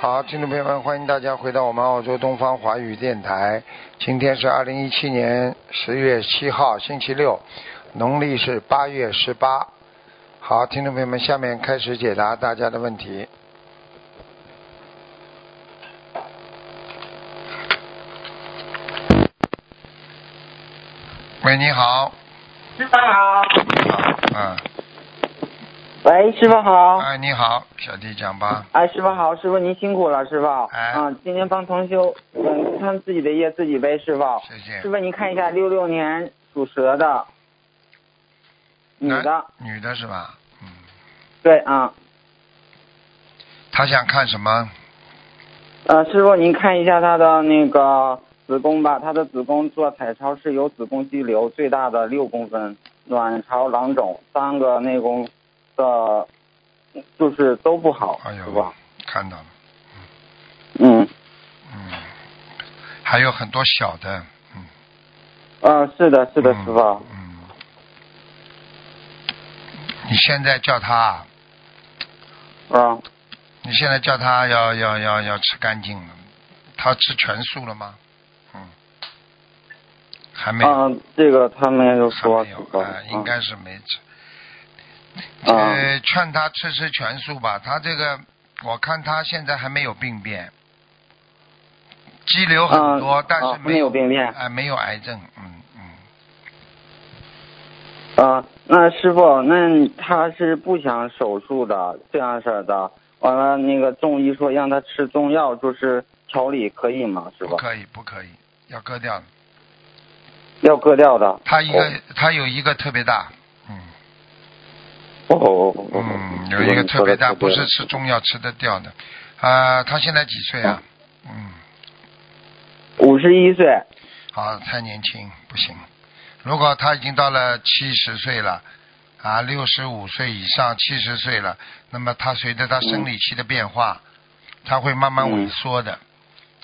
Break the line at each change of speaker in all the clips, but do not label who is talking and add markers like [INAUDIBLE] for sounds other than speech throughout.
好，听众朋友们，欢迎大家回到我们澳洲东方华语电台。今天是二零一七年十月七号，星期六，农历是八月十八。好，听众朋友们，下面开始解答大家的问题。喂，你好。
师傅好。
你好，嗯，
喂，师傅好。
哎，你好，小弟讲吧。
哎，师傅好，师傅您辛苦了，师傅。
哎
嗯，今天帮同修，嗯，他们自己的业自己背，师傅。
谢谢
师。傅，您看一下，六六年属蛇的，女的，
男。女的是吧？嗯。
对啊，
他想看什么？
呃，师傅您看一下她的那个子宫吧，她的子宫做彩超是有子宫肌瘤，最大的六公分，卵巢囊肿，三个内宫的，就是都不好，
哎呦
师傅。
看到了，
嗯。
嗯，还有很多小的，嗯。
嗯，是的，是的，
嗯
师傅。
嗯。你现在叫他，
啊，
你现在叫他要要要要吃干净了，他吃全素了吗？嗯。还没有。
嗯，这个他们就
还
说
没
师
有
傅，
啊、应该是没吃。
啊
呃，劝他吃吃全素吧，他这个我看他现在还没有病变，肌瘤很多，
啊
但
啊
是
没有病变
啊、没有癌症，嗯嗯，
啊，那师傅，那他是不想手术的这样式儿的，完了那个中医说让他吃中药，就是调理，可以吗，师
不
傅？
可以不可以，要割掉的。
要割掉的。
他一个、他有一个特别大，嗯
哦哦哦哦，
嗯，有一个特别大，不是吃中药吃得掉的，啊、他现在几岁啊？嗯，
五十一岁，
啊，太年轻不行。如果他已经到了七十岁了，啊，六十五岁以上，七十岁了，那么他随着他生理期的变化，他会慢慢萎缩的。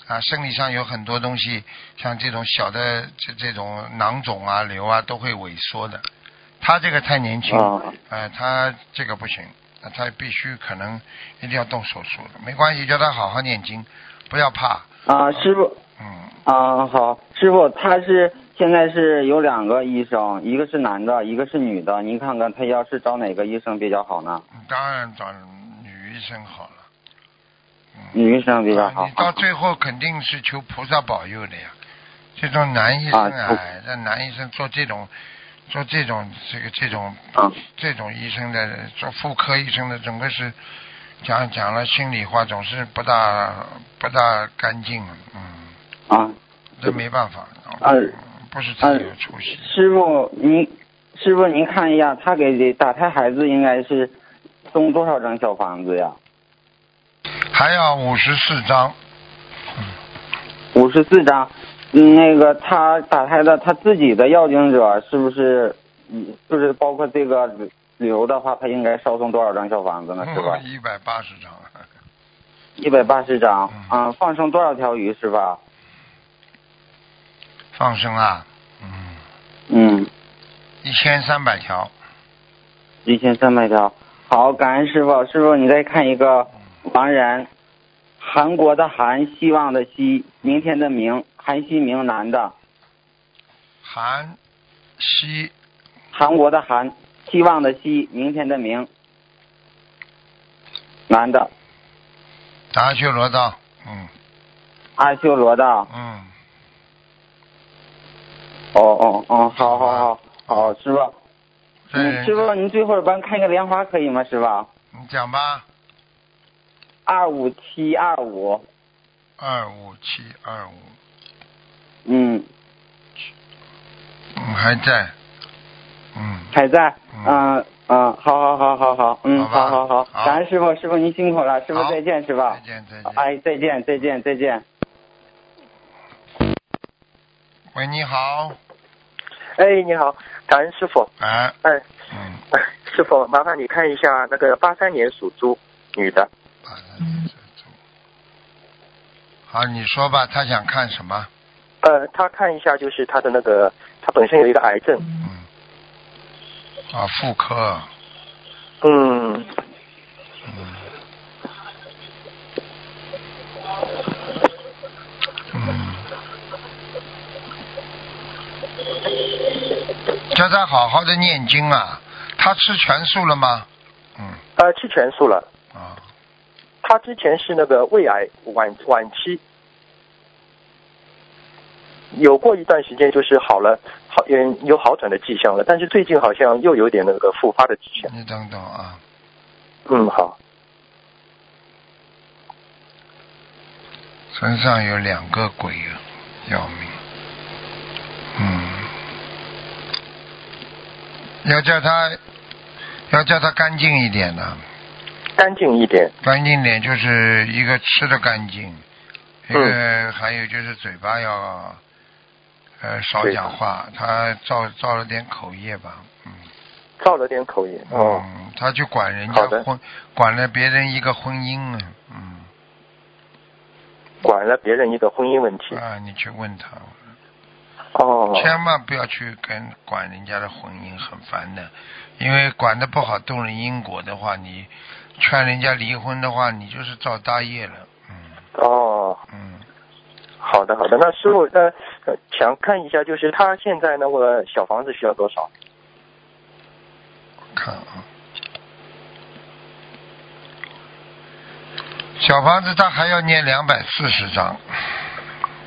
啊，生理上有很多东西，像这种小的这这种囊肿啊、瘤啊，都会萎缩的。他这个太年轻，
啊
呃，他这个不行，那他必须可能一定要动手术的。没关系，叫他好好念经，不要怕。
啊，师傅
嗯，
啊，好，师傅，他是现在是有两个医生，一个是男的，一个是女的，您看看他要是找哪个医生比较好呢？
当然找女医生好了。嗯
女医生比较好
啊。你到最后肯定是求菩萨保佑的呀。这种男医生
啊
啊
不，
这男医生做这种做这种这个这种
啊
这种医生的做妇科医生的，整个是讲讲了心里话，总是不大不大干净，嗯，
啊，
这没办法，
啊
不是太有出息。
师傅您，师傅您看一下，他给这打胎孩子应该是送多少张小房子呀？
还要五十四章，
五十四张。嗯，那个他打胎的他自己的要经者是不是，嗯，就是包括这个旅旅游的话，他应该烧送多少张小房子呢？是吧？
嗯一百八十章，
一百八十张
嗯。
啊，放生多少条鱼是吧？
放生啊，嗯，
嗯，
一千三百条，
一千三百条。好，感恩师傅。师傅，你再看一个盲人，韩国的韩，希望的希，明天的明，韩希明，男的，
韩西
韩国的韩，希望的希，明天的明，男的，
达修罗道，嗯
阿修罗的。哦
嗯，
哦哦，好好好好，师傅，
这
嗯，
人
师傅，您最后帮看个莲花可以吗？师傅，
你讲吧，
二五七二五，
二五七二五，
嗯，
嗯还在，嗯，
还在，
嗯
嗯嗯，好好好好好，嗯，
好吧
好好好，
好
感恩师傅，师傅您辛苦了，师傅
好
再见，师傅，
再见再见。
哎，再见再见再见，
喂，你好，
哎，你好，感恩师傅。
哎，
哎，
嗯，
师傅，麻烦你看一下那个八三年属猪女的，
把他接住。好，你说吧，他想看什么？
呃，她看一下就是她的那个，她本身有一个癌症，
嗯，啊，妇科，
嗯，
嗯，叫他好好的念经啊。他吃全素了吗？嗯
呃，吃全素了。
啊，
他之前是那个胃癌晚晚期，有过一段时间就是好了，好嗯有好转的迹象了，但是最近好像又有点那个复发的迹象。
你等等啊，
嗯，好，
身上有两个鬼啊，要命。嗯，要叫他，要叫他干净一点的、啊
干净一点。
干净点就是一个吃的干净，
嗯
一个还有就是嘴巴要呃少讲话，他造造了点口业吧，嗯，
造了点口音。哦，
嗯，他就管人家
好的
婚，管了别人一个婚姻啊，嗯，
管了别人一个婚姻问题。
啊，你去问他，
哦，
千万不要去跟管人家的婚姻，很烦的，因为管的不好动了因果的话，你劝人家离婚的话，你就是造大业了，嗯
哦，
嗯。
好的好的。那师傅，那、呃想看一下，就是他现在那个小房子需要多少？
看啊，小房子他还要念两百四十章，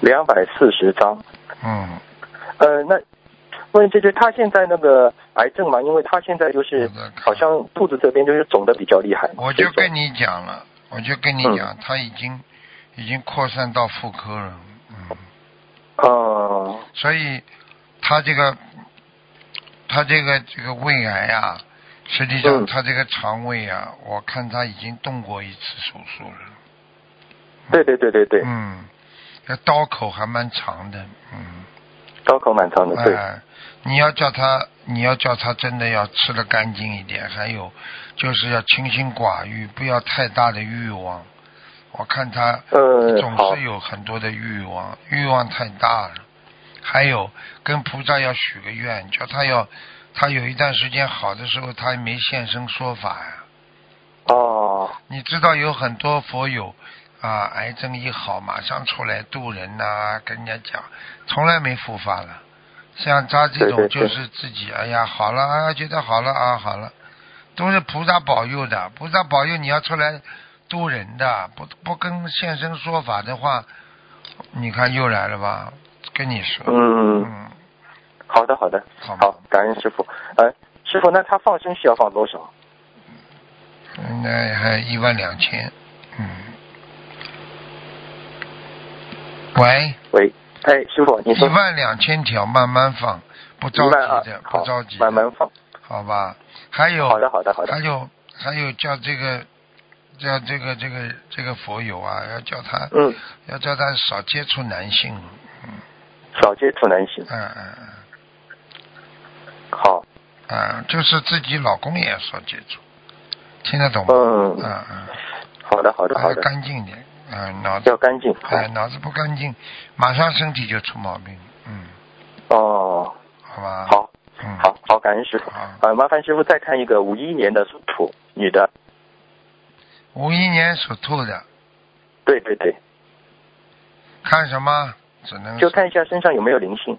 两百四十张。
嗯，
呃，那问这就是他现在那个癌症嘛？因为他现在就是
我在看
好像肚子这边就是肿的比较厉害。
我就
这
跟
种
你讲了，我就跟你讲，他已经已经扩散到妇科了，嗯，
哦
所以他这个他这个这个胃癌啊，实际上
嗯
他这个肠胃啊，我看他已经动过一次手术了，
对对对对对，
嗯，那刀口还蛮长的，嗯。
刀口蛮长的，对，
哎，你要叫他，你要叫他真的要吃的干净一点，还有就是要清心寡欲，不要太大的欲望。我看他
呃，
总
好
是，有很多的欲望，欲望太大了。还有跟菩萨要许个愿，叫他要，他有一段时间好的时候，他还没现身说法呀、
哦，
你知道有很多佛友啊，癌症一好马上出来渡人呐、跟人家讲，从来没复发了。像他这种
对对对
就是自己，哎呀，好了啊，觉得好了啊，好了，都是菩萨保佑的，菩萨保佑你要出来渡人的，不不跟现身说法的话，你看又来了吧？跟你说，
嗯，
嗯，
好的好的，
好吗
好，感恩师傅，呃，师傅，那他放生需要放多少？
那还一万两千，嗯，喂。
喂，哎，师傅，你
一
说
万两千条，慢慢放，不着
一万二
急的，，
好
不着急，的，
慢慢放，
好吧？还有，
好的好的好
还
的，
有，还有叫这个，叫这个这个这个佛友啊，要叫他，
嗯，
要叫他少接触男性，
少接触男性，
嗯嗯嗯
好，
嗯，就是自己老公也少接触，听得懂吗？
嗯，
嗯嗯，
好的好的
还
好
要
的，
干净点，嗯，脑子，
要干净，好
哎，脑子不干净，马上身体就出毛病，嗯，
哦，
好吧？，
好。
嗯，
好，好，感恩师傅。
好
呃，麻烦师傅再看一个五一年的属土女的，
五一年属兔的，
对对对，
看什么？只能
就看一下身上有没有灵性。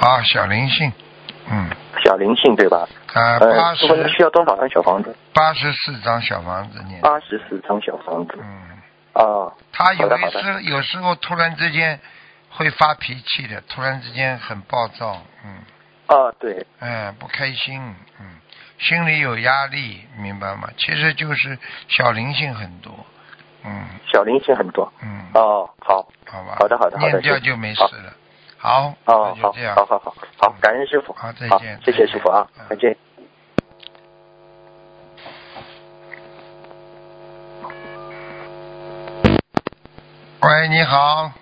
啊，小灵性，嗯，
小灵性对吧？
啊，八
呃，师傅那
十
需要多少张小房子？
八十四张小房子念，
八十四张小房子。
嗯，
啊，
他有
好的
一
好的
时有时候突然之间会发脾气的，突然之间很暴躁，嗯，
啊，对，
哎，不开心，嗯，心里有压力，明白吗？其实就是小灵性很多，嗯
小灵性很多。
嗯，
哦，好，
好吧，
好的好的好的
念掉
谢谢
就没事了，好，那
哦，
就
好
啊这样，，嗯
好好好好，感恩师傅。
好再见
谢谢师傅啊
嗯，
再见。
喂，你好，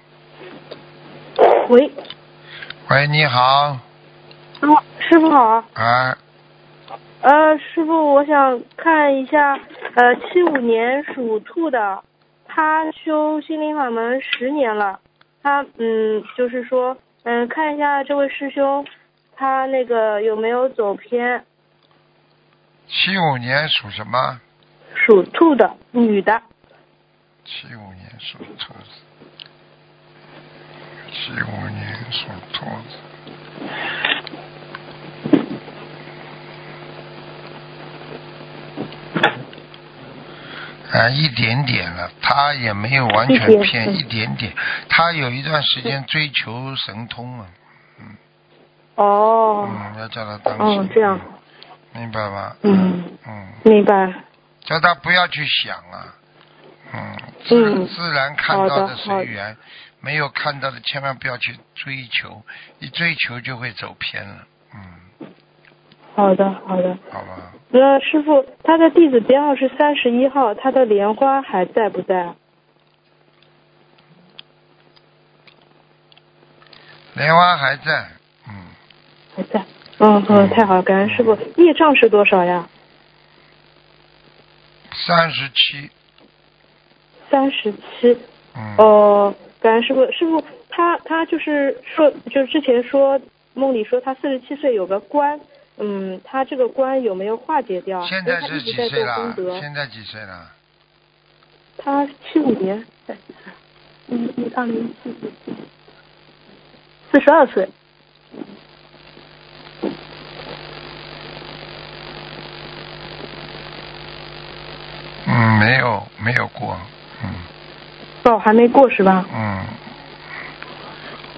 喂，
喂，你好，
啊，师傅好，
啊，
呃，师傅，我想看一下，呃，七五年属兔的，他修心灵法门十年了，他嗯，就是说，嗯，看一下这位师兄，他那个有没有走偏？
七五年属什么？
属兔的女的，
七五年属兔子，七五年属兔子。啊，一点点了，他也没有完全偏，一点点。他有一段时间追求神通了，
哦，
嗯，要叫他当心。
哦，这样，
明白吗？
嗯，
嗯，
明白，
叫他不要去想啊，嗯，自
嗯
自然看
好
到
的好
随
的
缘，没有看到的千万不要去追求，一追求就会走偏了，嗯，
好的，好的。
好吧，
那师傅，他的弟子编号是三十一号，他的莲花还在不在？啊
莲花还在，嗯，
还在。嗯嗯，太好了，感恩师傅。业障是多少呀？
三十七，
三十七。
嗯，
哦，感恩师傅。师傅，他他就是说，就是之前说梦里说他四十七岁有个关，嗯，他这个关有没有化解掉？
现
因为
在
他一
是
直
几
在
岁
做
啦
功？德。
现在几岁啦？
他七五年，嗯，一二零四四十二岁。
嗯，没有没有过，嗯
哦，还没过是吧？
嗯，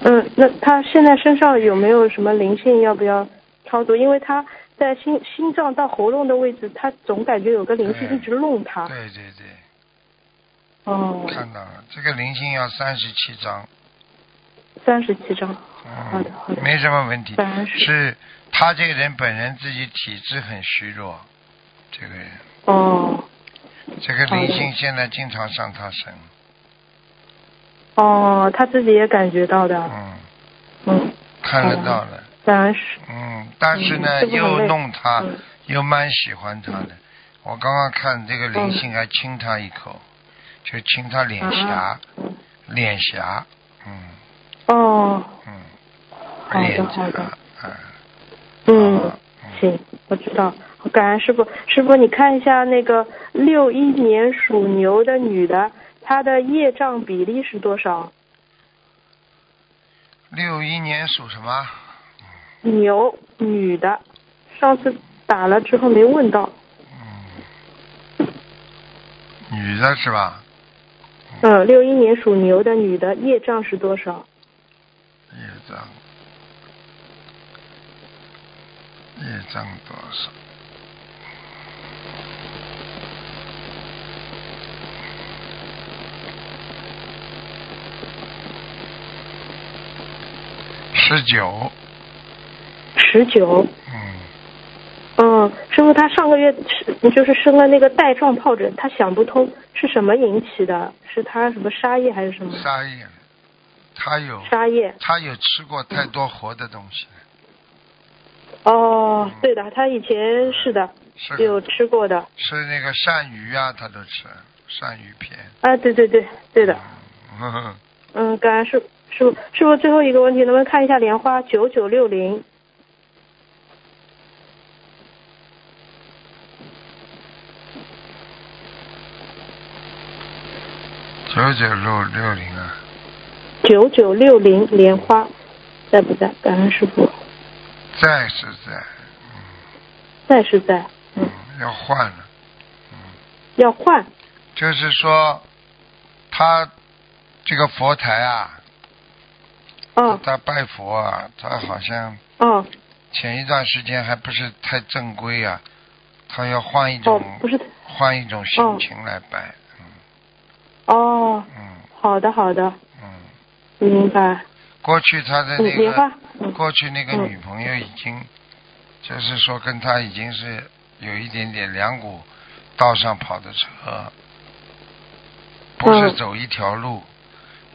嗯，那他现在身上有没有什么灵性？要不要超度？因为他在心心脏到喉咙的位置，他总感觉有个灵性
对
一直弄他。
对对对，
哦，
看到了，这个灵性要三十七张，
三十七张。好的好
嗯
的，
没什么问题，
感恩师
是他这个人本人自己体质很虚弱，这个人，
傅。哦
这个
好的
灵性现在经常上他身，
哦，他自己也感觉到的。
嗯，
嗯，
看得到了，
感恩师。
嗯，但是呢，
嗯师傅很
又
累
弄他，
嗯
又蛮喜欢他的。我刚刚看这个灵性还亲他一口，就亲他脸颊
啊，嗯
脸颊，嗯
哦，
嗯，
好
脸
的
颊
好的，
嗯，
嗯
啊，
行，我知道。感恩师傅，师傅你看一下那个六一年属牛的女的，她的业障比例是多少？
六一年属什么？
牛女的，上次打了之后没问到。
女的是吧？
嗯，六一年属牛的女的业障是多少？
业障，业障多少？十九，
十九。
嗯，
嗯，师傅，她上个月是就是生了那个带状疱疹，她想不通是什么引起的，是她什么杀业还是什么？
沙叶，他有
杀业。
他有吃过太多活的东西了，
哦，对的，她以前哎是的，
是
有吃过的。
是那个鳝鱼啊，他都吃鳝鱼片，
啊，对对对，对的。
呵呵
嗯，感恩师傅师傅师傅最后一个问题，能不能看一下莲花九九六零？
九九六六零啊。
九九六零莲花在不在？感恩师傅，
在是在，
嗯在是在，
嗯，要换了。
要换
就是说，他这个佛台啊，
哦
他拜佛啊，他好像
哦
前一段时间还不是太正规啊，他要换一种、
哦，不是
换一种心情来拜，
哦，
嗯
好的好的，
嗯。
明白。
过去他的
嗯，
那
莲
个
花，嗯
过去那个
嗯
女朋友已经，就是说跟他已经是有一点点两股道上跑的车，不是
嗯
走一条路，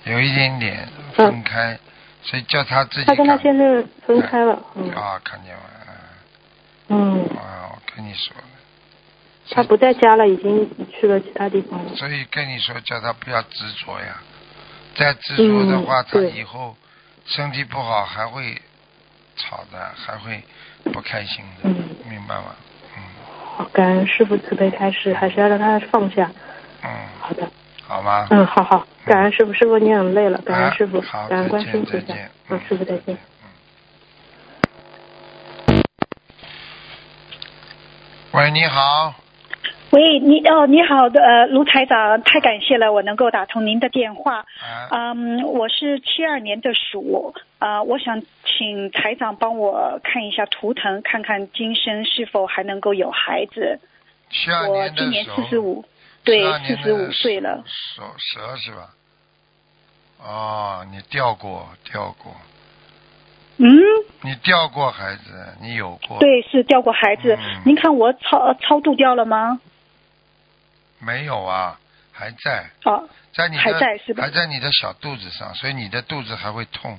有一点点分开，所以叫他自己
他跟他
赶
先生分开了，嗯
啊，看见吗？
嗯，
啊，啊我跟你说了，
他不在家了，已经去了其他地方了。
所以跟你说叫他不要执着呀，再执着的话，
嗯
他
对
以后身体不好还会吵的，还会不开心的，
嗯
明白吗？嗯
好，感恩师傅慈悲开示，还是要让他放下。
嗯，
好的，
好吗？
嗯，好好，感恩师傅，师傅您很累了，感恩师傅，
啊好，
感恩
再
观世
见
音菩
再
萨
见，，
嗯，师傅再见。。
喂，你好，啊
喂，你哦，你好的，呃，卢台长，太感谢了，我能够打通您的电话。
啊，
嗯，我是七二年的鼠，啊、我想请台长帮我看一下图腾，看看今生是否还能够有孩子。
七二
我
年
今
的
年
时
四
候，
十五，对
12，
四
年
十
的
五岁了。
手蛇是吧？哦，你掉过，掉过，
嗯，
你掉过孩子，你有过？，
对，是掉过孩子。
嗯
您看我超呃超度掉了吗？
没有啊，还在，
哦，
在你的
还在是吧
还在你的小肚子上，所以你的肚子还会痛。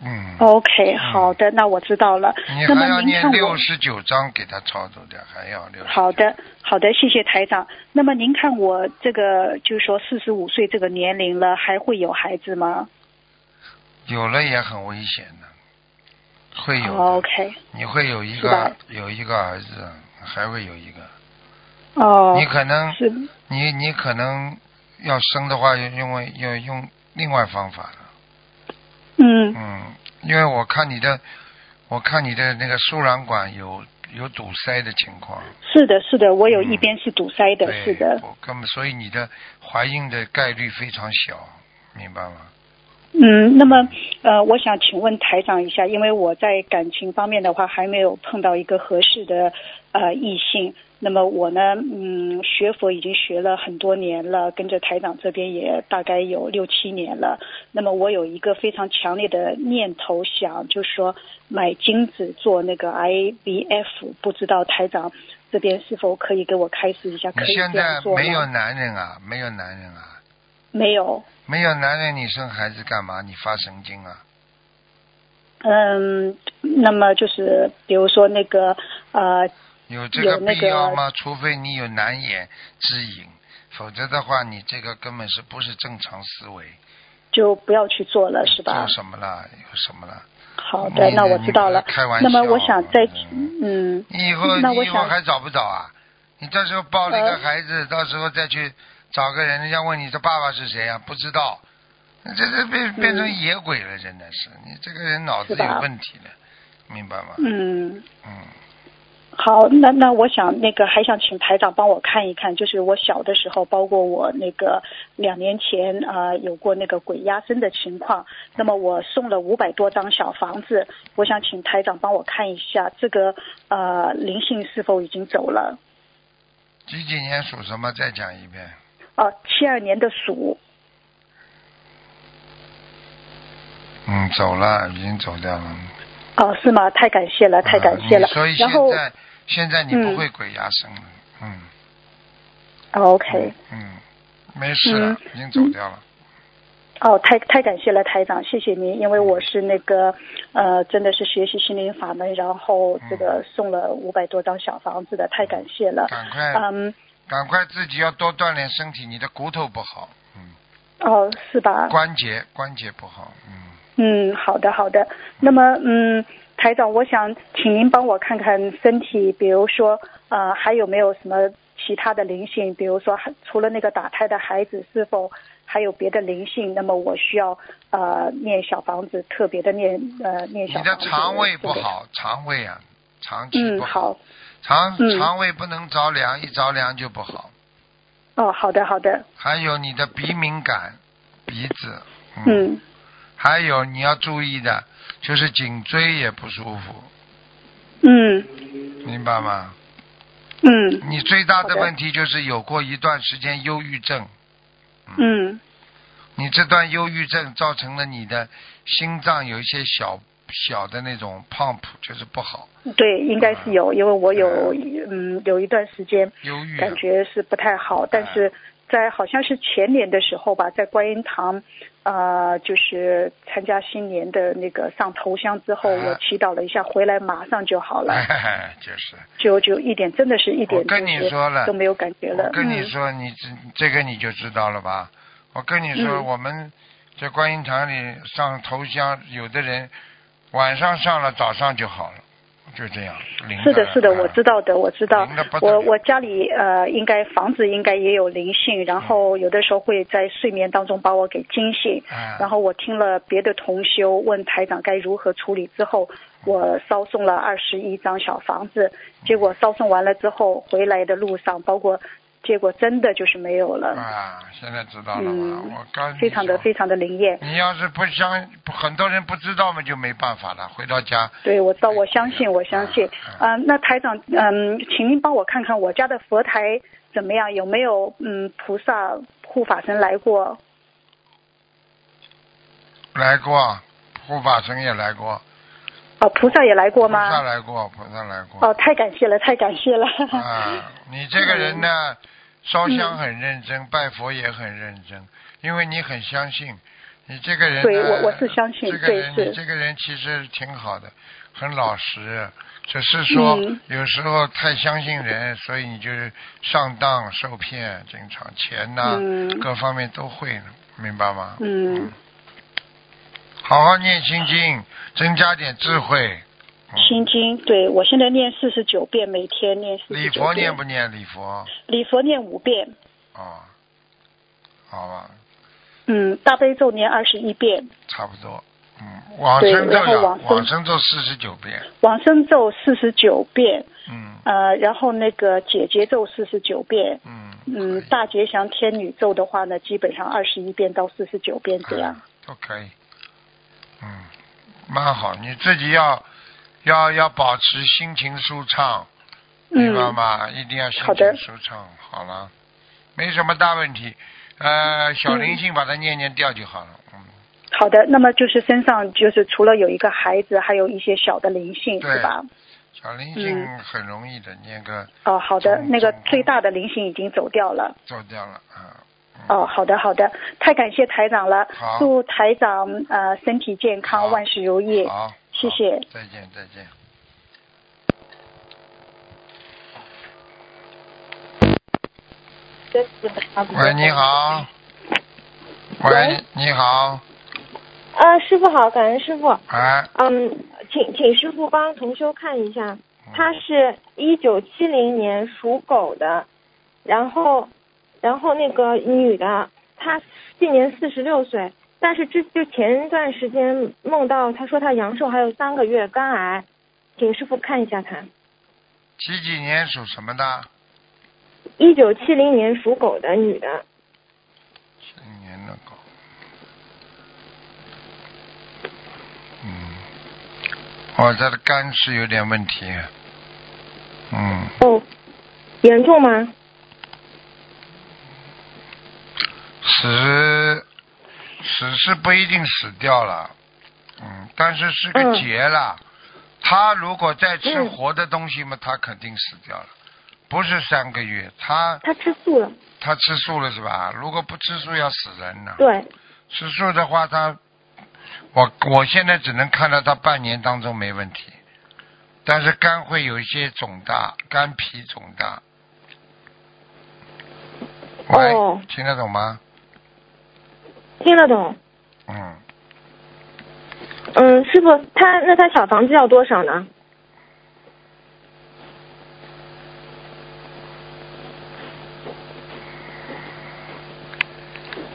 嗯。。
OK，好的，那我知道了。
你
那
还
么
要
您
念
看我
六十九章给他操作掉，还要六。
好。的，好的，谢谢台长。那么您看我这个，就是说四十五岁这个年龄了，还会有孩子吗
有了也很危险的，会有的。
？OK，
你会有一
是吧
个有一个儿子，还会有一个。
哦
你，可能
是
你你可能要生的话，因为要用另外方法了。
嗯，
嗯，因为我看你的，我看你的那个输卵管有有堵塞的情况。
是的，是的，我有
嗯
一边是堵塞的，
对，
是的，
我根本，所以你的怀孕的概率非常小，明白吗？
嗯，那么呃，我想请问台长一下，因为我在感情方面的话，还没有碰到一个合适的呃异性。那么我呢，嗯，学佛已经学了很多年了，跟着台长这边也大概有六七年了。那么我有一个非常强烈的念头想，就是说买金子做那个 IVF，不知道台长这边是否可以给我开示一下，可
你
以
现
这
在
样做吗？
没有男人啊，没有男人啊，
没有，
没有男人，你生孩子干嘛？你发神经啊？
嗯，那么就是比如说那个呃，
有这个
有那
必
个
要吗？除非你有难言之隐，否则的话，你这个根本是不是正常思维？
就不要去做了，是吧
做？什么啦？有什么啦？
好的，那我知道了
你。开玩笑。
那么我想再
嗯
嗯，
你以后
[LAUGHS] 那我
你以后
想
还找不找啊？你到时候抱了一个
呃
孩子，到时候再去找个人，人家问你这爸爸是谁啊呀、不知道，这这变变成野鬼了，真的是你这个人脑子
嗯是吧
有问题了，明白吗？
嗯，
嗯，
好，那那我想那个还想请台长帮我看一看，就是我小的时候，包括我那个两年前啊、呃有过那个鬼压身的情况。那么我送了五百多张小房子，我想请台长帮我看一下这个呃灵性是否已经走了。
几几年属什么？再讲一遍。
哦，七二年的鼠，
嗯，走了，已经走掉了。
哦，是吗？太感谢了，太感谢
嗯
了。
所以现
然后
在现在你不
嗯
会鬼压身了，嗯
哦，OK，嗯
嗯，没事了，已经走掉了。
哦，太太感谢了，台长，谢谢您，因为
嗯
我是那个呃，真的是学习心灵法门，然
嗯
后这个送了五百多张小房子的，太感谢了。
赶快
嗯，
赶快自己要多锻炼身体，你的骨头不好，嗯，
哦，是吧？
关节关节不好，嗯，
嗯，好的，好的。那么，嗯，台长，我想请您帮我看看身体，比如说，呃，还有没有什么其他的灵性？比如说，还除了那个打胎的孩子，是否还有别的灵性？那么我需要呃念小房子，特别的念呃念小
你
房
的
子。
肠胃不。好，肠胃啊，长期
嗯，
不好，
好，
肠
嗯
肠胃不能着凉，一着凉就不好。
哦，好的，好的，
还有你的鼻敏感，鼻子，嗯，
嗯，
还有你要注意的就是颈椎也不舒服，
嗯，
明白吗？
嗯，
你最大
好
的
的
问题就是有过一段时间忧郁症，
嗯，
你这段忧郁症造成了你的心脏有一些小小的那种 pump，就是不好，
嗯对，应该是有，因为我有嗯有一段时间
忧郁啊、
感觉是不太好，但是在好像是前年的时候吧，在观音堂，呃，就是参加新年的那个上头香之后，
啊
我祈祷了一下，回来马上就好了，
[LAUGHS] 就是。
就就一点，真的是一
我
点，
跟你说了
都，没有感觉了
我，跟你
嗯
说，你这这个你就知道了吧？我跟你说，
嗯
我们在观音堂里上头香，有的人晚上上了，早上就好了。就这样。啊灵
是的，是的，我知
道。
道的，我知道
灵得不。得了
我我家里呃，应该房子应该也有灵性，然后有的时候会在睡眠当中把我给惊醒。
嗯
然后我听了别的同修问台长该如何处理之后，我烧送了二十一张小房子，结果烧送完了之后，回来的路上，包括结果真的就是没有了，
啊，现在知道了吧？
嗯
我刚
非常的非常的灵验。
你要是不相，很多人不知道嘛，就没办法了。回到家，
对，我知道，我相信，我相
啊
信。嗯、那台长，嗯，请您帮我看看我家的佛台怎么样，有没有嗯菩萨护法神来过？
来过，护法神也来过，
哦，菩萨也来过
菩萨
吗？
来过，菩萨来过。
哦，太感谢了，太感谢了。
啊， [LAUGHS] 你这个人呢，
嗯
烧香很认真，拜佛也很认真，因为你很相信。你这个人呢，
对我我是相信
这个
对
人，
是
你这个人其实挺好的，很老实，只是说、
嗯
有时候太相信人，所以你就是上当受骗，经常钱呐、
嗯
各方面都会，明白吗？
[LAUGHS] 嗯，
好好念心经，增加点智慧。嗯
心经，对我现在念四十九遍，每天念四
礼
十九
佛
遍
念。不念礼佛？
礼佛念五遍，
哦，好吧，
嗯，大悲咒念二十一遍，
差不多。嗯，往
对
生咒
然后
要
往生
往生咒四十九遍。
往生咒四十九遍，
嗯
呃，然后那个解结咒四十九遍，
嗯
嗯，
可以
大吉祥天女咒的话呢，基本上二十一遍到四十九遍这样。
都可以。嗯，蛮好，你自己要要要保持心情舒畅，明白
嗯，
吗？一定要心
好的
情舒畅。好了，没什么大问题。
嗯
呃，小灵性把它念念掉就好了。嗯，
好的。那么就是身上就是除了有一个孩子，还有一些小的灵性，
对
是吧？
小灵性很容易的，念个
嗯哦，好的，
嗯
那个
嗯
最大的灵性已经走掉了。
走掉了啊。嗯
哦，好的，好的，太感谢台长了
好，
祝台长呃身体健
好
康，万事如意。
好，
谢谢
好再见，再见。喂，你好。喂
喂，
你好，
呃，师傅好，感恩师傅。
哎，
嗯，请请师傅帮同修看一下，
嗯
他是一九七零年属狗的，然后然后那个女的，她今年四十六岁，但是之就前一段时间梦到她说她阳寿还有三个月肝癌，请师傅看一下她。
几几年属什么的？
一九七零年属狗的女的，
七零年的狗。嗯，哦，他的肝是有点问题。嗯，
哦，严重吗？
死死是不一定死掉了，嗯，但是是个
嗯
结了。他如果再吃
嗯
活的东西嘛，他肯定死掉了。不是三个月，他
她吃素了，
他吃素了是吧？如果不吃素要死人呢。
对，
吃素的话，他我我现在只能看到他半年当中没问题，但是肝会有一些肿大，肝脾肿大。喂，
哦
听得懂吗？
听得懂。
嗯，
嗯，师傅，他那他小房子要多少呢？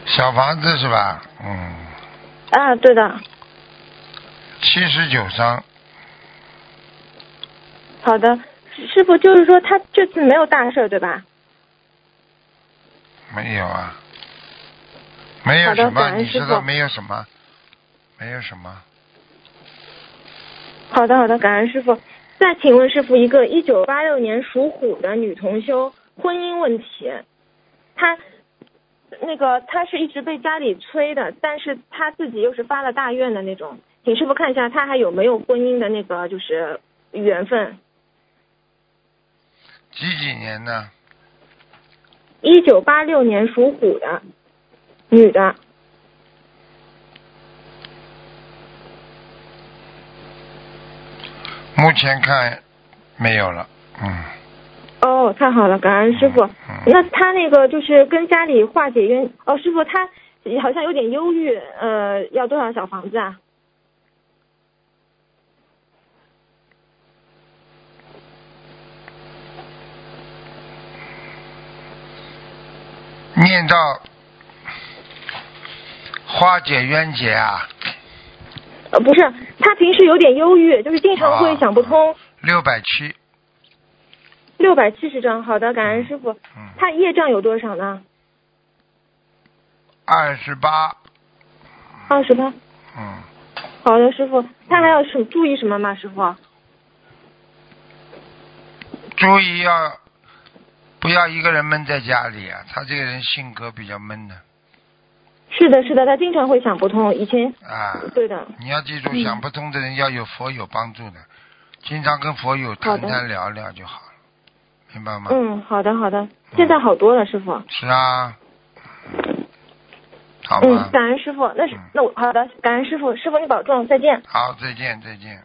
小房子是吧？嗯，
啊，对的，
七十九张，
好的，师傅就是说他这次没有大事儿对吧？
没有啊，没有
好的
什么，
感恩
你
师
知道
父
没有什么，没有什么。
好的，好的，感恩师傅。再请问师傅一个一九八六年属虎的女同修婚姻问题，她那个她是一直被家里催的，但是她自己又是发了大愿的那种，请师傅看一下她还有没有婚姻的那个就是缘分。
几几年呢？
一九八六年属虎的女的，
目前看没有了，嗯。
哦，太好了，感恩师傅。
嗯
那他那个就是跟家里化解冤哦，师傅他好像有点忧郁，呃，要多少小房子啊？
念到化解冤结啊，
呃，不是，他平时有点忧郁，就是经常
啊
会想不通。
六百七，
六百七十张，好的，感恩师傅。
嗯，
他业障有多少呢？
二十八，
二十八。
嗯，
好的，师傅，他还要什注意什么吗？师傅？
注意要不要一个人闷在家里啊？他这个人性格比较闷的
是的，是的，他经常会想不通。以前
啊。
对的，
你要记住，
嗯
想不通的人要有佛友帮助的，经常跟佛友谈
好的
谈聊聊就好了，明白吗？
嗯，好的，好的，现在好多了，师傅。
是啊，好吧
嗯，，感恩师傅，那是
嗯
那我好的，感恩师傅，师傅你保重，再见。
哎
好，再见，再见。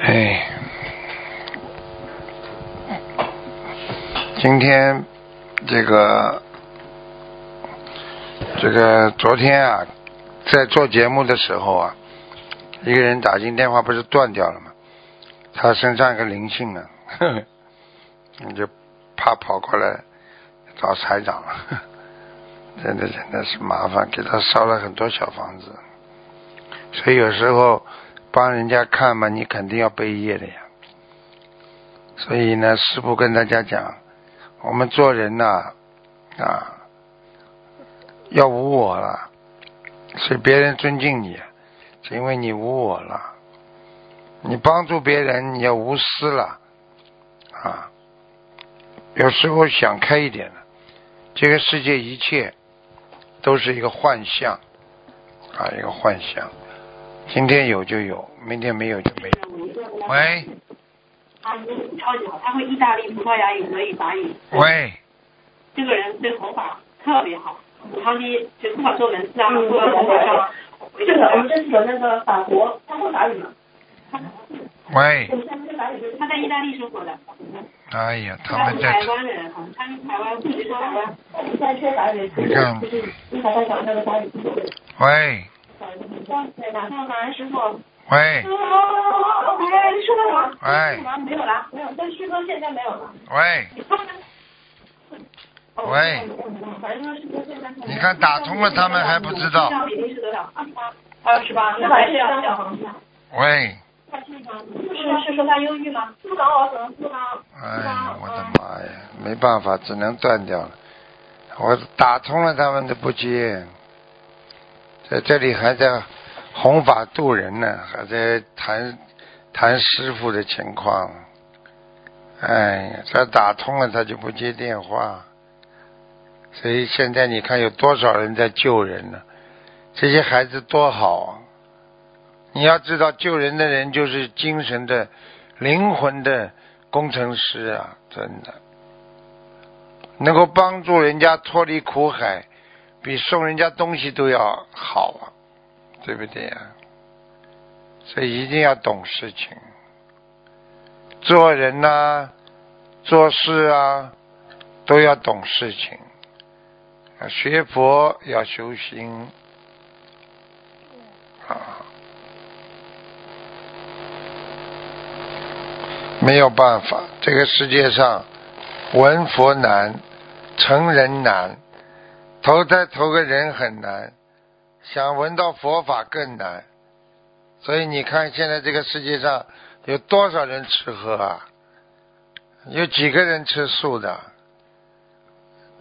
哎，今天这个这个昨天啊，在做节目的时候啊，一个人打进电话不是断掉了吗？他身上有个灵性啊， [LAUGHS] 呵呵你就怕跑过来找财长了，呵呵 [LAUGHS] 真的真的是麻烦，给他烧了很多小房子，所以有时候帮人家看嘛，你肯定要背业的呀。所以呢，师傅跟大家讲，我们做人呐、啊，要无我了，所以别人尊敬你，啊是因为你无我了。你帮助别人，你要无私了，啊，有时候想开一点了，这个世界一切都是一个幻象，啊，一个幻象，今天有就有，明天没有就没有。喂
他英语啊超级好，他会意大利、葡萄牙语、德语、法语。
喂，
这个人对红法特别好，长期就不管做文字啊，做红法上。这个我们认识的那个法国，他会法语吗？
喂，
我们在会法语，他在意大利生活的，
哎呀，他
他
们
是
在
台，湾人哈，他是台湾，不是台湾。在说法语，
你看，
你把他讲那个法语。
喂
马上马上师傅。
喂
哎，你说干嘛？
喂
没有了，没有，但师哥现在没有了。
喂，喂，你看打通了他们还不知道
比例是多少？二十八，那还是要小房子。
喂，
嗯
是是说他忧郁吗？不能，我可能不能。
哎呀，我的妈呀，没办法，只能断掉了。我打通了，他们都不接，在这里还在弘法度人呢，还在谈谈师傅的情况。哎呀，这打通了他就不接电话，所以现在你看有多少人在救人呢？这些孩子多好啊！你要知道，救人的人就是精神的、灵魂的工程师啊，真的能够帮助人家脱离苦海，比送人家东西都要好啊，对不对呀、啊所以一定要懂事情，做人呐、啊做事啊，都要懂事情。啊学佛要修心啊。没有办法，这个世界上文佛难，成人难，投胎投个人很难，想闻到佛法更难。所以你看，现在这个世界上有多少人吃喝啊？有几个人吃素的？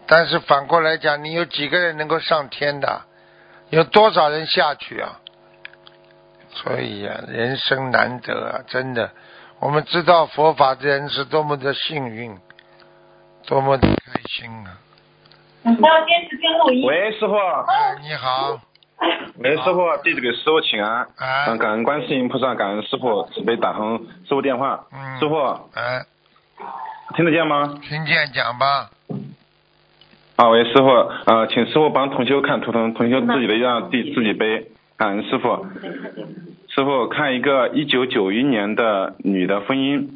但是反过来讲，你有几个人能够上天的？有多少人下去啊？所以啊，人生难得啊，真的。我们知道佛法的人是多么的幸运，多么的开心啊！
喂，师傅，
哎，你好，
喂，师傅，弟子给师傅请安。
哎
嗯，，感恩观世音菩萨，感恩师傅慈悲打通师傅电话。
嗯
师傅
哎，
听得见吗？
听见讲吧，
啊，喂，师傅，呃，请师傅帮同修看图腾，同修自己的让弟自己背。感恩师傅，师傅看一个一九九一年的女的婚姻，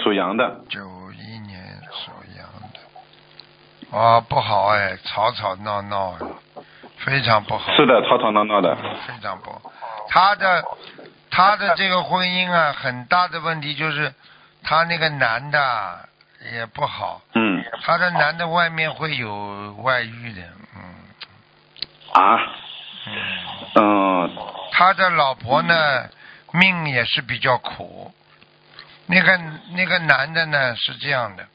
属羊的，
九一年属羊的，哦，不好哎，吵吵闹闹，非常不好，
是的，吵吵闹闹的，
非常不好。他的他的这个婚姻啊，很大的问题就是他那个男的啊也不好，
嗯
他的男的外面会有外遇的，嗯
啊，
嗯。
嗯
他的老婆呢，命也是比较苦。那个那个男的呢是这样的，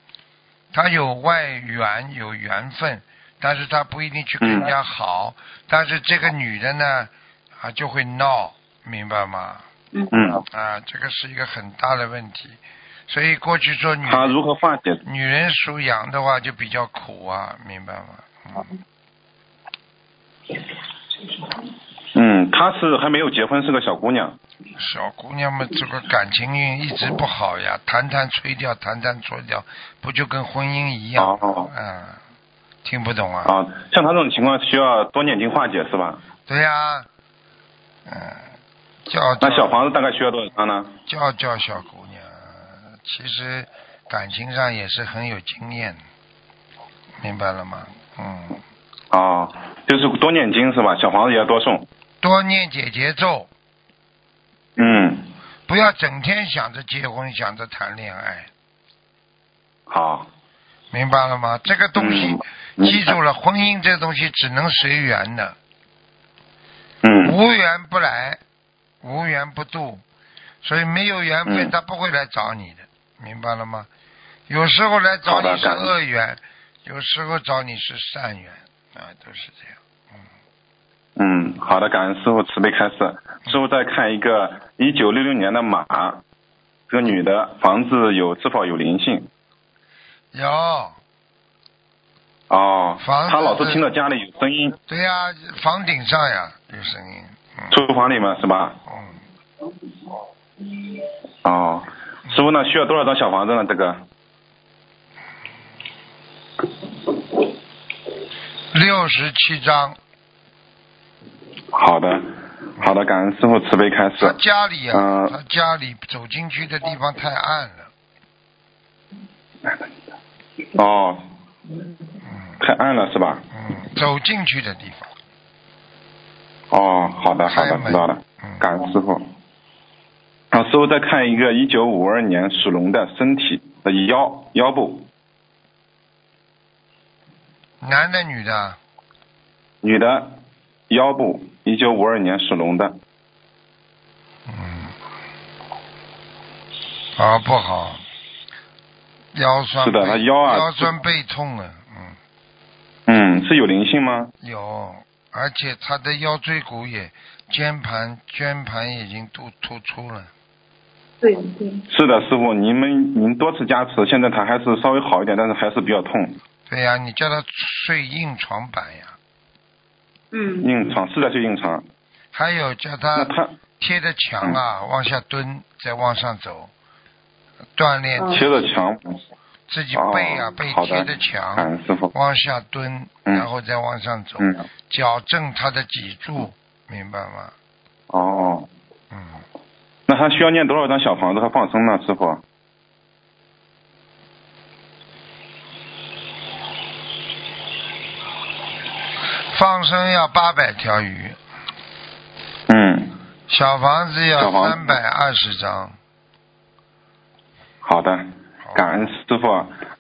他有外缘有缘分，但是他不一定去跟人家好。但是这个女的呢，啊就会闹，明白吗？
嗯，
啊，这个是一个很大的问题。所以过去说女
他如何化解？
女人属羊的话就比较苦啊，明白吗？嗯，
嗯，她是还没有结婚，是个小姑娘。
小姑娘们这个感情运一直不好呀，
嗯
弹弹吹掉，弹弹吹掉，不就跟婚姻一样？
哦
嗯，听不懂啊？
啊，像她这种情况需要多念经化解是吧？
对呀、嗯，叫
那小
叫
房子大概需要多少张呢？
叫叫小姑娘，其实感情上也是很有经验，明白了吗？嗯，
哦，就是多念经是吧？小房子也要多送。
多念姐姐咒，
嗯，
不要整天想着结婚，想着谈恋爱，
好，
明白了吗？这个东西，
嗯
记住了，婚姻这东西只能随缘的。
嗯，
无缘不来，无缘不渡，所以没有缘分
嗯
他不会来找你的，明白了吗？有时候来找
好的
你是
感恩
恶缘，有时候找你是善缘，啊，都是这样。
嗯，好的，感恩师傅慈悲开示。师傅再看一个一九六六年的马，这个女的房子有是否有灵性？
有，
哦，
房子
她老是听到家里有声音，
对呀、房顶上呀有声音，嗯
厨房里面是吧？
嗯，
哦，师傅呢需要多少张小房子呢？这个
六十七章，
好的，好的，感恩师傅慈悲开
他
示。
家里呀、
嗯
他家里走进去的地方太暗了，
哦，太暗了是吧？
嗯，走进去的地方，
哦，好的，好
开
的，
门
知道了
嗯，
感恩师傅。啊，师傅再看一个一九五二年属龙的身体的腰腰部，
男的女的啊，
女的腰部，一九五二年属龙的，
嗯，啊，不好，腰酸
是的
背
他腰啊
腰酸背痛啊，嗯，
嗯，是有灵性吗？
有，而且他的腰椎骨也肩盘肩盘已经突突出了，
是的，师傅，您们您多次加持，现在它还是稍微好一点，但是还是比较痛。
对呀、你叫他睡硬床板呀，
嗯
硬床是的，就硬
啊
床。
还有叫他
那他
贴着墙啊、往下蹲，再往上走，锻炼
贴着墙，
自己
嗯哦
背啊，背
好
贴
的
着
感
墙，
恩师傅。
往下蹲，
嗯
然后再往上走，
嗯，
矫正他的脊柱，明白吗？
哦，
嗯，
那他需要念多少张小房子和放生呢，师傅？
放生要八百条鱼，
嗯，
小房子要
小房子
三百二十张。
好的，
好
感恩师傅，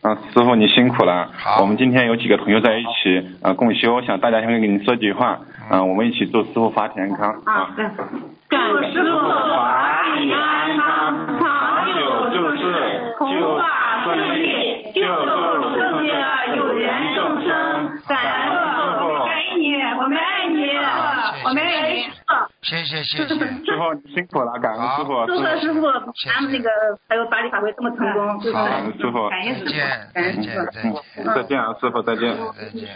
嗯、师傅你辛苦了。
好
我们今天有几个同学在一起呃共修，想大家先跟您说几句话，嗯、我们一起祝师傅法体安康啊。
嗯
感师傅法体安康，长久住世，弘法顺利，救助世界有缘众生。感恩师傅，我们爱你，我们爱你，我们爱你。
谢谢谢谢，
师傅你辛苦了，感恩师
好
傅，
祝贺师傅
谢
咱们那个还有法理法会这么成功，祝贺
好
师傅
感
再
谢师傅
见，
感
再
恩师
见
傅。
再见
再见啊，师傅再见。
再见。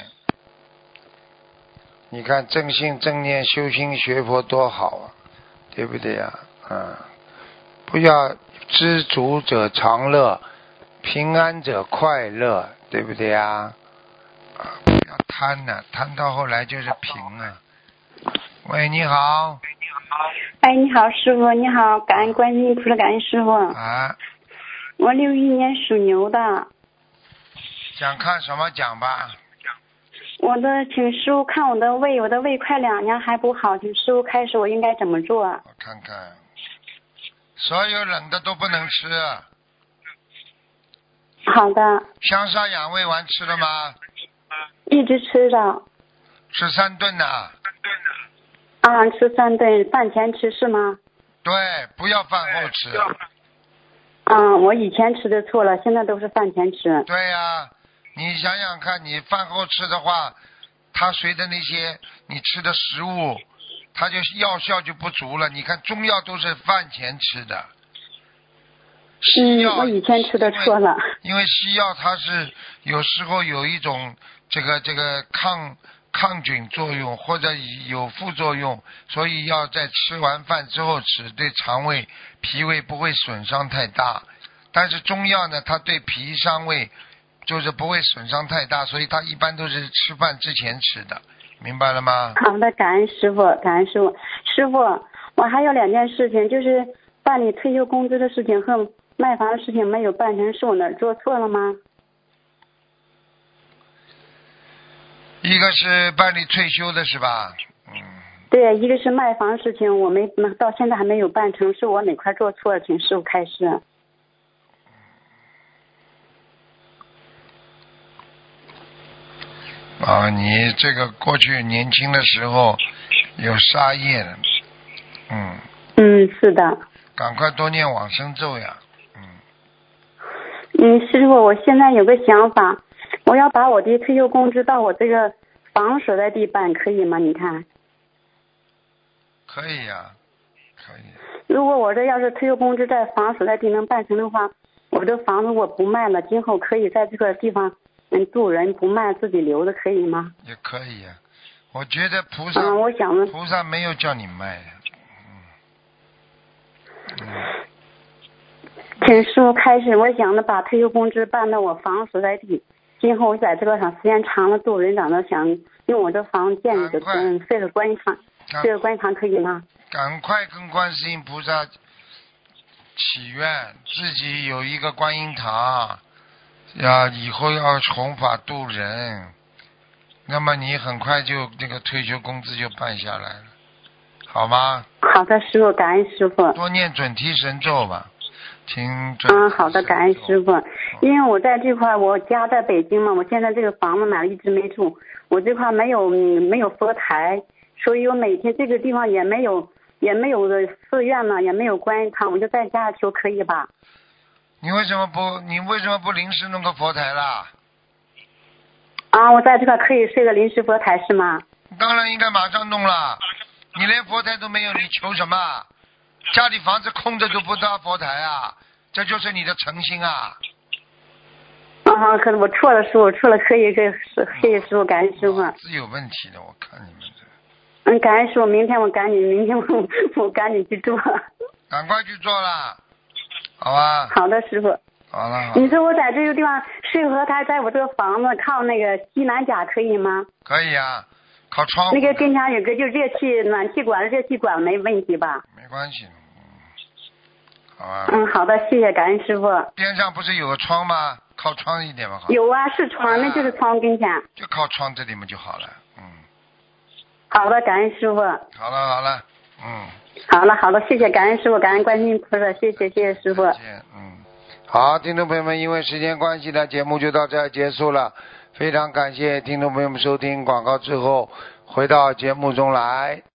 你看正信正念修心学佛多好啊，对不对呀、啊？不要知足者常乐，平安者快乐，对不对呀、啊？不要贪呐、贪到后来就是贫啊。喂，你好。
哎，你好，师傅，你好，感恩观世音菩萨，感恩师傅。
啊，
我六一年属牛的，
想看什么讲吧？
我的，请师傅看我的胃，我的胃快两年还不好，请师傅开始我应该怎么做？
我看看，所有冷的都不能吃，
好的，
香砂养胃丸吃了吗？
一直吃着，
吃三顿呐、
啊，吃三顿，饭前吃是吗？
对，不要饭后吃。
嗯，我以前吃的错了，现在都是饭前吃。
对呀、你想想看，你饭后吃的话，它随着那些你吃的食物，它就药效就不足了。你看中药都是饭前吃的，
嗯，我以前吃的错了。
因为西药它是有时候有一种这个这个抗抗菌作用或者有副作用，所以要在吃完饭之后吃，对肠胃、脾胃不会损伤太大。但是中药呢，它对脾伤胃就是不会损伤太大，所以它一般都是吃饭之前吃的，明白了吗？
好的，感恩师傅，感恩师傅。师傅，我还有两件事情，就是办理退休工资的事情和卖房的事情没有办成，是我哪儿做错了吗？
一个是办理退休的是吧？嗯
对，一个是卖房事情，我没那到现在还没有办成，是我哪块做错了，请师傅开示。
啊，你这个过去年轻的时候有杀业的，嗯，
嗯，是的，
赶快多念往生咒呀。
嗯，师傅，我现在有个想法，我要把我的退休工资到我这个房所在地办，可以吗？你看，
可以呀、可以。
如果我这要是退休工资在房所在地能办成的话，我这房子我不卖了，今后可以在这个地方嗯住人，不卖自己留着，可以吗？
也可以呀、我觉得菩萨，
嗯我想问
菩萨没有叫你卖呀，
请师傅开始，我想着把退休工资办到我房所在地，今后我在这个上时间长了住人，长了想用我这房建一个嗯这个观音堂，
赶
这个观音堂可以吗？
赶快跟观世音菩萨祈愿，自己有一个观音堂，呀，以后要弘法度人，那么你很快就那个退休工资就办下来了，好吗？
好的，师傅，感恩师傅。
多念准提神咒吧，请准。
嗯，好的，感恩师傅。因为我在这块儿，我家在北京嘛，我现在这个房子买了，一直没住。我这块儿没有嗯没有佛台，所以我每天这个地方也没有也没有的寺院呢，也没有观音堂，我就在家求，可以吧？
你为什么不？你为什么不临时弄个佛台啦？
啊，我在这块儿可以设个临时佛台是吗？
当然应该马上弄了。你连佛台都没有，你求什么啊？家里房子空着都不搭佛台啊，这就是你的诚心啊！
啊，可能我错了，师傅错了，可以，这是谢谢师傅，感恩师傅。
是有问题的，我看你们
嗯，感恩师傅，明天我赶紧，明天我我赶紧去做。
赶快去做啦，好吧？
[LAUGHS] 好的，师傅。
好了，好了
你说我在这个地方适合他在我这个房子靠那个西南角可以吗？
可以啊，靠窗户
那个跟前有个就热气暖气管、热气管没问题吧？
没关系，嗯好吧？
嗯，好的，谢谢，感恩师傅。
边上不是有个窗吗？靠窗一点嘛，好，
有啊，是窗，那就是窗跟前。
就靠窗这里嘛就好了。嗯
好的，感恩师傅。
好了，好了，嗯。
好了好了，谢谢，感恩师傅，感恩观世音菩萨，谢谢谢谢师傅。
嗯好，听众朋友们，因为时间关系呢，节目就到这儿结束了。非常感谢听众朋友们收听广告之后回到节目中来。